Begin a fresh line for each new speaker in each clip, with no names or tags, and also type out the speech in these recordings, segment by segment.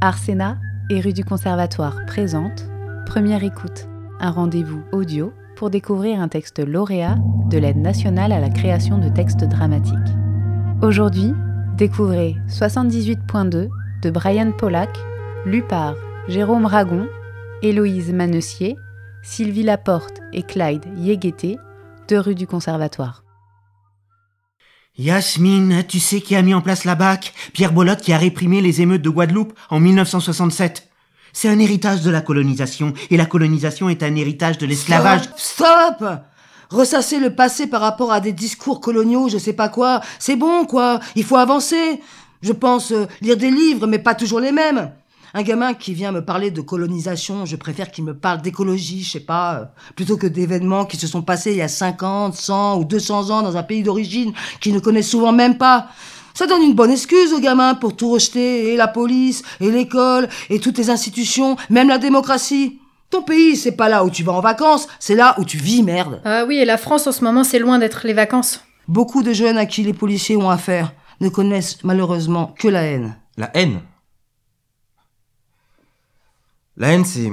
Arsena et rue du Conservatoire présente Première écoute, un rendez-vous audio pour découvrir un texte lauréat de l'aide nationale à la création de textes dramatiques. Aujourd'hui, découvrez 78.2 de Brian Pollack, lu par Jérôme Ragon, Héloïse Manessier, Sylvie Laporte et Clyde Yegueté de rue du Conservatoire.
Yasmine, tu sais qui a mis en place la BAC Pierre Bolotte qui a réprimé les émeutes de Guadeloupe en 1967. C'est un héritage de la colonisation, et la colonisation est un héritage de l'esclavage.
Stop, stop Ressasser le passé par rapport à des discours coloniaux, je sais pas quoi, c'est bon quoi, il faut avancer. Je pense euh, lire des livres, mais pas toujours les mêmes. Un gamin qui vient me parler de colonisation, je préfère qu'il me parle d'écologie, je sais pas, euh, plutôt que d'événements qui se sont passés il y a 50, 100 ou 200 ans dans un pays d'origine qu'ils ne connaissent souvent même pas. Ça donne une bonne excuse aux gamins pour tout rejeter, et la police, et l'école, et toutes les institutions, même la démocratie. Ton pays, c'est pas là où tu vas en vacances, c'est là où tu vis, merde.
Ah oui, et la France en ce moment, c'est loin d'être les vacances.
Beaucoup de jeunes à qui les policiers ont affaire ne connaissent malheureusement que la haine.
La haine. La haine, c'est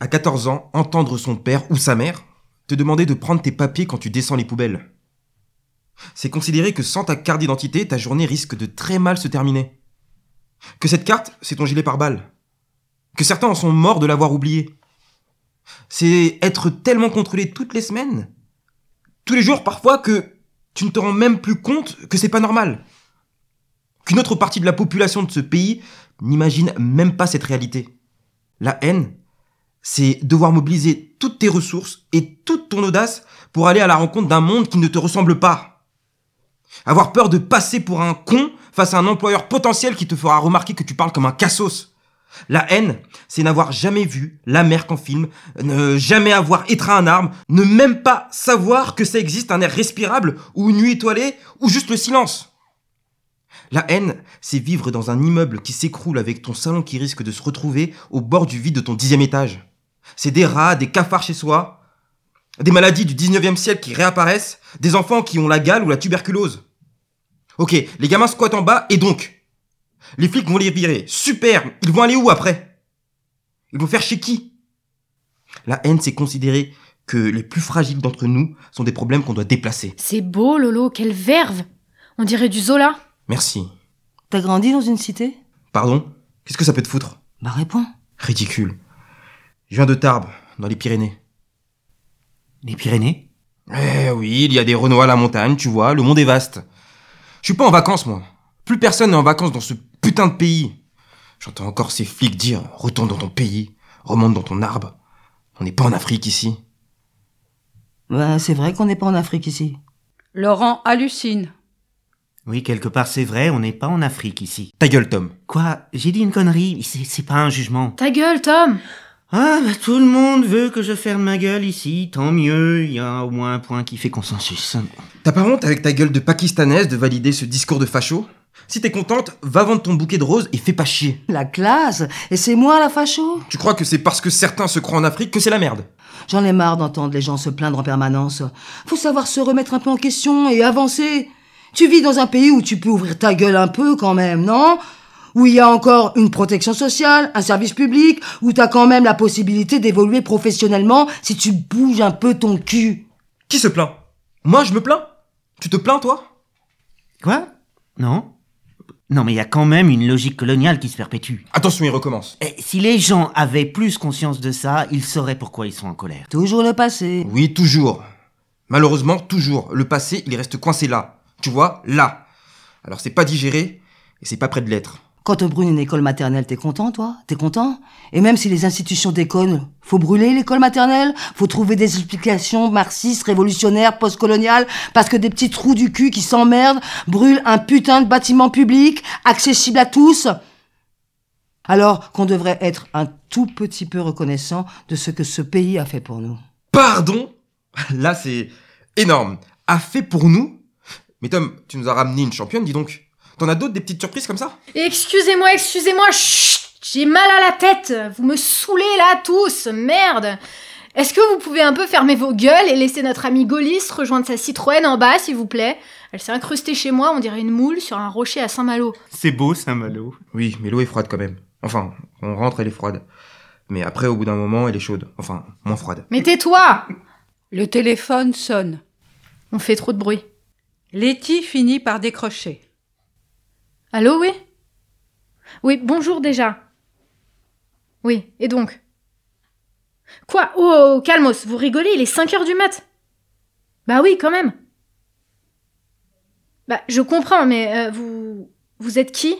à 14 ans, entendre son père ou sa mère te demander de prendre tes papiers quand tu descends les poubelles. C'est considérer que sans ta carte d'identité, ta journée risque de très mal se terminer. Que cette carte, c'est ton gilet pare-balles. Que certains en sont morts de l'avoir oublié. C'est être tellement contrôlé toutes les semaines, tous les jours parfois, que tu ne te rends même plus compte que c'est pas normal. Qu'une autre partie de la population de ce pays n'imagine même pas cette réalité. La haine, c'est devoir mobiliser toutes tes ressources et toute ton audace pour aller à la rencontre d'un monde qui ne te ressemble pas. Avoir peur de passer pour un con face à un employeur potentiel qui te fera remarquer que tu parles comme un cassos. La haine, c'est n'avoir jamais vu la mer qu'en film, ne jamais avoir étreint un arme, ne même pas savoir que ça existe un air respirable ou une nuit étoilée ou juste le silence. La haine, c'est vivre dans un immeuble qui s'écroule avec ton salon qui risque de se retrouver au bord du vide de ton dixième étage. C'est des rats, des cafards chez soi, des maladies du 19e siècle qui réapparaissent, des enfants qui ont la gale ou la tuberculose. Ok, les gamins squattent en bas, et donc Les flics vont les virer. Super Ils vont aller où après Ils vont faire chez qui La haine, c'est considérer que les plus fragiles d'entre nous sont des problèmes qu'on doit déplacer.
C'est beau, Lolo, quelle verve On dirait du Zola.
Merci.
T'as grandi dans une cité
Pardon Qu'est-ce que ça peut te foutre
Bah réponds.
Ridicule. Je viens de Tarbes, dans les Pyrénées.
Les Pyrénées
Eh oui, il y a des Renault à la montagne, tu vois, le monde est vaste. Je suis pas en vacances, moi. Plus personne n'est en vacances dans ce putain de pays. J'entends encore ces flics dire « Retourne dans ton pays, remonte dans ton arbre. On n'est pas en Afrique ici.
Bah c'est vrai qu'on n'est pas en Afrique ici.
Laurent hallucine.
Oui, quelque part c'est vrai, on n'est pas en Afrique ici.
Ta gueule, Tom.
Quoi J'ai dit une connerie, c'est c'est pas un jugement.
Ta gueule, Tom
Ah, bah tout le monde veut que je ferme ma gueule ici, tant mieux, il y a au moins un point qui fait consensus.
T'as pas honte avec ta gueule de pakistanaise de valider ce discours de facho Si t'es contente, va vendre ton bouquet de roses et fais pas chier.
La classe Et c'est moi la facho
Tu crois que c'est parce que certains se croient en Afrique que c'est la merde
J'en ai marre d'entendre les gens se plaindre en permanence. Faut savoir se remettre un peu en question et avancer. Tu vis dans un pays où tu peux ouvrir ta gueule un peu quand même, non Où il y a encore une protection sociale, un service public, où t'as quand même la possibilité d'évoluer professionnellement si tu bouges un peu ton cul.
Qui se plaint Moi, je me plains Tu te plains, toi
Quoi Non Non, mais il y a quand même une logique coloniale qui se perpétue.
Attention, il recommence.
Eh, si les gens avaient plus conscience de ça, ils sauraient pourquoi ils sont en colère.
Toujours le passé.
Oui, toujours. Malheureusement, toujours. Le passé, il reste coincé là. Tu vois, là. Alors, c'est pas digéré, et c'est pas près de l'être.
Quand on brûle une école maternelle, t'es content, toi T'es content Et même si les institutions déconnent, faut brûler l'école maternelle Faut trouver des explications marxistes, révolutionnaires, postcoloniales, parce que des petits trous du cul qui s'emmerdent brûlent un putain de bâtiment public, accessible à tous Alors qu'on devrait être un tout petit peu reconnaissant de ce que ce pays a fait pour nous.
Pardon Là, c'est énorme. A fait pour nous Mais Tom, tu nous as ramené une championne, dis donc. T'en as d'autres, des petites surprises comme ça
Excusez-moi, excusez-moi, chut J'ai mal à la tête Vous me saoulez là, tous Merde Est-ce que vous pouvez un peu fermer vos gueules et laisser notre ami gaulliste rejoindre sa Citroën en bas, s'il vous plaît Elle s'est incrustée chez moi, on dirait une moule, sur un rocher à Saint-Malo.
C'est beau, Saint-Malo.
Oui, mais l'eau est froide quand même. Enfin, on rentre, elle est froide. Mais après, au bout d'un moment, elle est chaude. Enfin, moins froide.
Mais tais-toi
Le téléphone sonne.
On fait trop de bruit.
Letty finit par décrocher.
Allô, oui Oui, bonjour déjà. Oui, et donc Quoi Oh, oh, calmos, vous rigolez, il est 5 heures du mat Bah oui, quand même Bah, je comprends, mais euh, vous. Vous êtes qui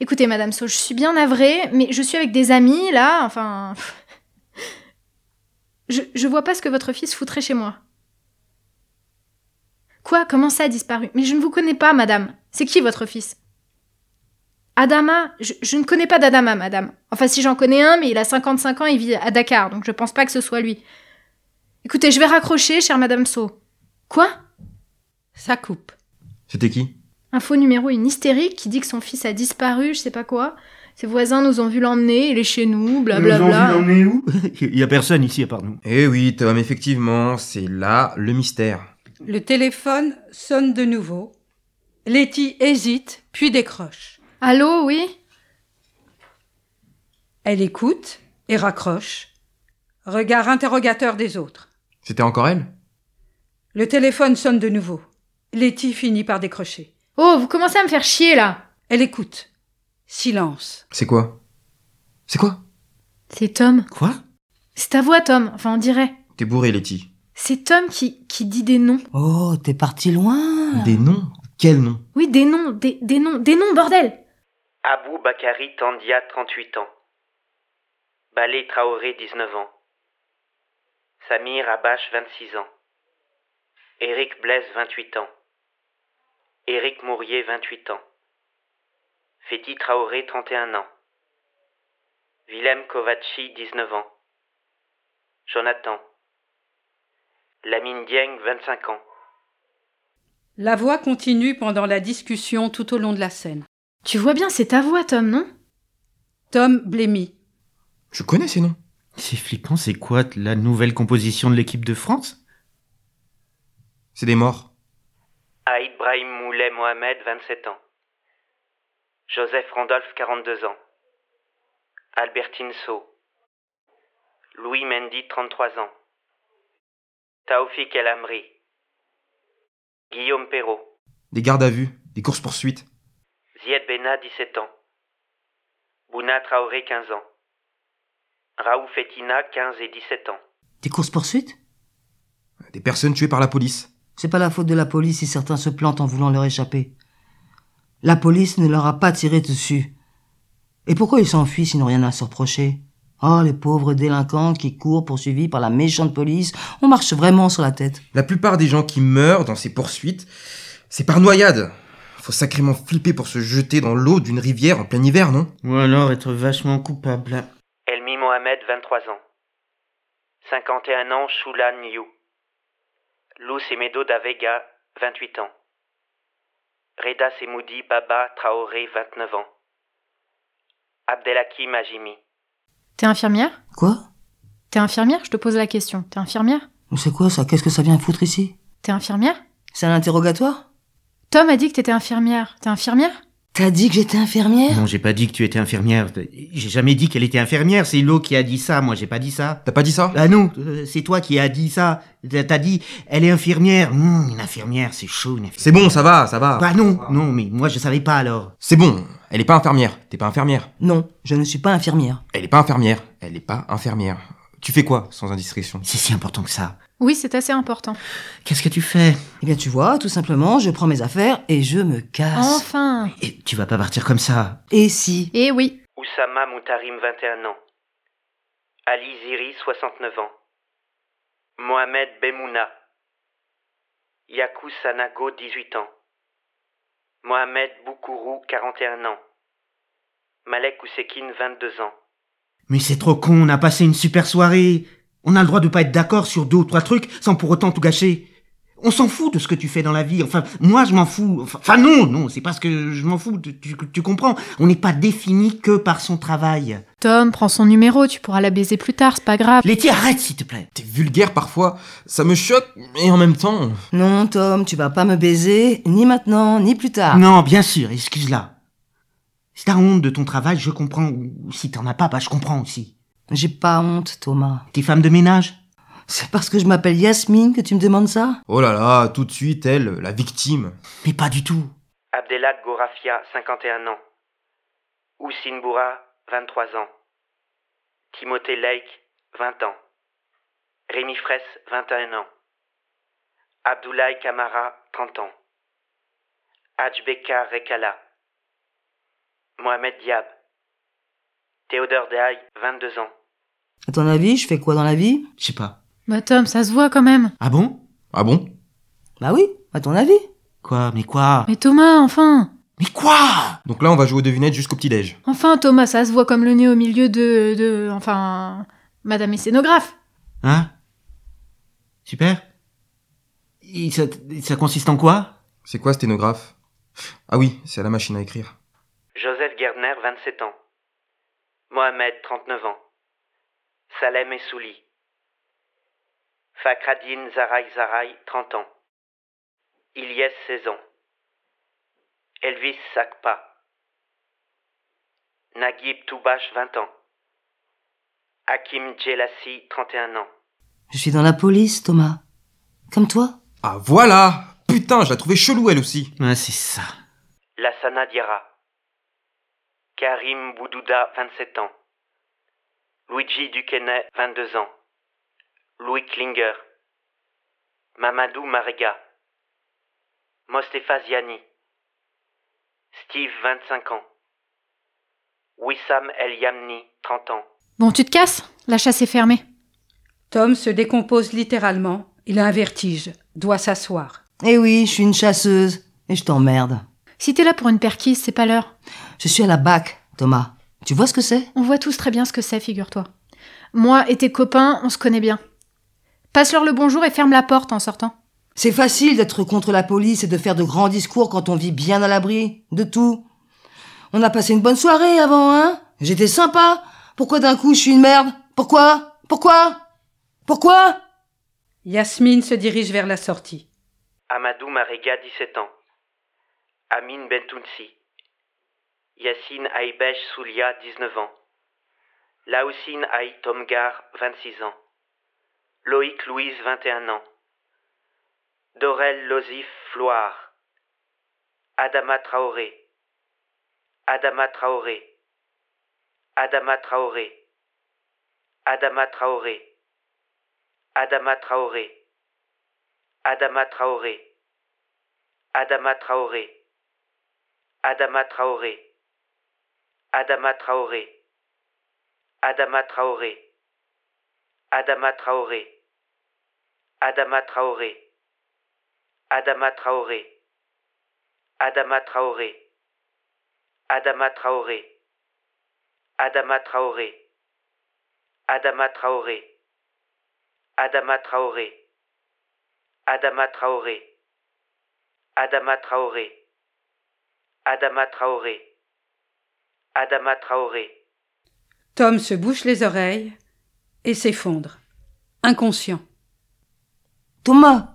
Écoutez, madame So, je suis bien navrée, mais je suis avec des amis, là, enfin. je, je vois pas ce que votre fils foutrait chez moi. Quoi Comment ça a disparu Mais je ne vous connais pas, madame. C'est qui votre fils Adama je, je ne connais pas d'Adama, madame. Enfin, si j'en connais un, mais il a 55 ans et vit à Dakar, donc je pense pas que ce soit lui. Écoutez, je vais raccrocher, chère madame So. Quoi
Ça coupe.
C'était qui
Un faux numéro, une hystérique qui dit que son fils a disparu, je sais pas quoi. Ses voisins nous ont vu l'emmener, il est chez nous, blablabla.
On est où Il y a personne ici à part nous.
Eh oui, Tom, effectivement, c'est là le mystère.
Le téléphone sonne de nouveau. Letty hésite, puis décroche.
Allô, oui
Elle écoute et raccroche. Regard interrogateur des autres.
C'était encore elle
Le téléphone sonne de nouveau. Letty finit par décrocher.
Oh, vous commencez à me faire chier là
Elle écoute. Silence.
C'est quoi C'est quoi
C'est Tom.
Quoi
C'est ta voix, Tom. Enfin, on dirait.
T'es bourré, Letty.
C'est Tom qui, qui dit des noms.
Oh, t'es parti loin.
Des noms Quel nom
Oui, des noms, des, des noms, des noms, bordel
Abou Bakari Tandia, 38 ans. Balé Traoré, 19 ans. Samir Abache, 26 ans. Eric Blaise, 28 ans. Eric Mourier, 28 ans. Feti Traoré, 31 ans. Willem Kovaci, 19 ans. Jonathan. Lamine Dieng, 25 ans.
La voix continue pendant la discussion tout au long de la scène.
Tu vois bien, c'est ta voix, Tom, non
Tom blêmit.
Je connais ces noms.
C'est flippant, c'est quoi la nouvelle composition de l'équipe de France
C'est des morts.
Aïd Brahim Moulet Mohamed, 27 ans. Joseph Randolph, 42 ans. Albertine So. Louis Mendy, 33 ans. Taoufik El Amri. Guillaume Perrault.
Des gardes à vue, des courses-poursuites.
Zied Bena, 17 ans. Bouna Traoré, 15 ans. Raouf Fetina, 15 et 17 ans.
Des courses-poursuites
Des personnes tuées par la police.
C'est pas la faute de la police si certains se plantent en voulant leur échapper. La police ne leur a pas tiré dessus. Et pourquoi ils s'enfuient s'ils n'ont rien à se reprocher Oh, les pauvres délinquants qui courent poursuivis par la méchante police, on marche vraiment sur la tête.
La plupart des gens qui meurent dans ces poursuites, c'est par noyade. Faut sacrément flipper pour se jeter dans l'eau d'une rivière en plein hiver, non
Ou alors être vachement coupable.
Elmi Mohamed, 23 ans. 51 ans, Shula Niu. Lou Semedo da Vega, 28 ans. Reda Semoudi Baba Traoré, 29 ans. Abdelhakim Ajimi.
T'es infirmière
Quoi
T'es infirmière Je te pose la question. T'es infirmière
Mais C'est quoi ça Qu'est-ce que ça vient foutre ici
T'es infirmière
C'est un interrogatoire
Tom a dit que t'étais infirmière. T'es infirmière
T'as dit que j'étais infirmière
Non, j'ai pas dit que tu étais infirmière. J'ai jamais dit qu'elle était infirmière. C'est Lo qui a dit ça. Moi, j'ai pas dit ça.
T'as pas dit ça
Ah non, euh, c'est toi qui as dit ça. T'as t'as dit, elle est infirmière. Hum, une infirmière, c'est chaud, une infirmière.
C'est bon, ça va, ça va.
Bah non, non, mais moi, je savais pas alors.
C'est bon, elle est pas infirmière. T'es pas infirmière.
Non, je ne suis pas infirmière.
Elle est pas infirmière. Elle est pas infirmière. Tu fais quoi sans indiscrétion
C'est si important que ça.
Oui, c'est assez important.
Qu'est-ce que tu fais
Eh bien, tu vois, tout simplement, je prends mes affaires et je me casse.
Enfin
Et tu vas pas partir comme ça.
Et si
Eh oui.
Oussama Moutarim, 21 ans. Ali Ziri, 69 ans. Mohamed Bemouna. Yakou Sanago, 18 ans. Mohamed Boukourou, 41 ans. Malek Ousekine, 22 ans.
Mais c'est trop con. On a passé une super soirée. On a le droit de pas être d'accord sur deux ou trois trucs sans pour autant tout gâcher. On s'en fout de ce que tu fais dans la vie. Enfin, moi, je m'en fous. Enfin, enfin, non, non, c'est parce que je m'en fous. Tu, tu- tu comprends On n'est pas défini que par son travail.
Tom, prends son numéro, tu pourras la baiser plus tard, c'est pas grave.
Letty, arrête, s'il te plaît.
T'es vulgaire parfois, ça me choque, et en même temps.
Non, Tom, tu vas pas me baiser, ni maintenant, ni plus tard.
Non, bien sûr, excuse-la. Si t'as honte de ton travail, je comprends. Ou si t'en as pas, bah, je comprends aussi.
J'ai pas honte, Thomas.
T'es femme de ménage
C'est parce que je m'appelle Yasmine que tu me demandes ça
Oh là là, tout de suite, elle, la victime.
Mais pas du tout.
Abdelak Gorafia, 51 ans. Oussine Boura, 23 ans. Timothée Lake, 20 ans. Rémi Fraisse, 21 ans. Abdoulaye Kamara, 30 ans. Hajbeka Rekala. Mohamed Diab. Théodore Dehaye, 22 ans.
À ton avis, je fais quoi dans la vie
Je sais pas.
Bah Tom, ça se voit quand même.
Ah bon
Ah bon
Bah oui, à ton avis.
Quoi Mais quoi
Mais Thomas, enfin
Mais quoi
Donc là, on va jouer aux devinettes jusqu'au petit-déj.
Enfin Thomas, ça se voit comme le nez au milieu de... de enfin... Madame est scénographe.
Hein Super Et ça, ça consiste en quoi
C'est quoi sténographe Ah oui, c'est à la machine à écrire.
Joseph Gerdner, 27 ans. Mohamed, 39 ans. Salem Essouli. Fakradine Zaraï Zaraï, 30 ans. Ilyes, 16 ans. Elvis Sakpa. Naguib Toubache, 20 ans. Hakim Djelassi, 31 ans.
Je suis dans la police, Thomas. Comme toi.
Ah voilà Putain, je la trouvais chelou elle aussi.
Ouais, Ah, c'est ça.
Lassana Diarra. Karim Boudouda, 27 ans. Luigi Duquesnay, 22 ans. Louis Klinger. Mamadou Marega. Mostefa Ziani. Steve, 25 ans. Wissam El Yamni, 30 ans.
Bon, tu te casses La chasse est fermée.
Tom se décompose littéralement. Il a un vertige, doit s'asseoir.
Eh oui, je suis une chasseuse. Et je t'emmerde.
Si t'es là pour une perquise, c'est pas l'heure.
Je suis à la BAC, Thomas. Tu vois ce que c'est
On voit tous très bien ce que c'est, figure-toi. Moi et tes copains, on se connaît bien. Passe-leur le bonjour et ferme la porte en sortant.
C'est facile d'être contre la police et de faire de grands discours quand on vit bien à l'abri de tout. On a passé une bonne soirée avant, hein J'étais sympa. Pourquoi d'un coup je suis une merde Pourquoi Pourquoi Pourquoi
Yasmine se dirige vers la sortie.
Amadou Marega, 17 ans. Amin Bentounsi. Yassine Aïbesh Soulia, 19 ans. Laoussine Aï Tomgar, 26 ans. Loïc Louise, 21 ans. Dorel Lozif Floire. Adama Traoré. Adama Traoré. Adama Traoré. Adama Traoré. Adama Traoré. Adama Traoré. Adama Traoré. Adama Traoré. Adama Traoré. Adama Traoré. Adama Traoré. Adama Traoré. Adama Traoré. Adama Traoré. Adama Traoré. Adama Traoré. Adama Traoré. Adama Traoré. Adama Traoré. Adama Traoré. Adama Traoré. Adama Traoré.
Tom se bouche les oreilles et s'effondre, inconscient.
Thomas,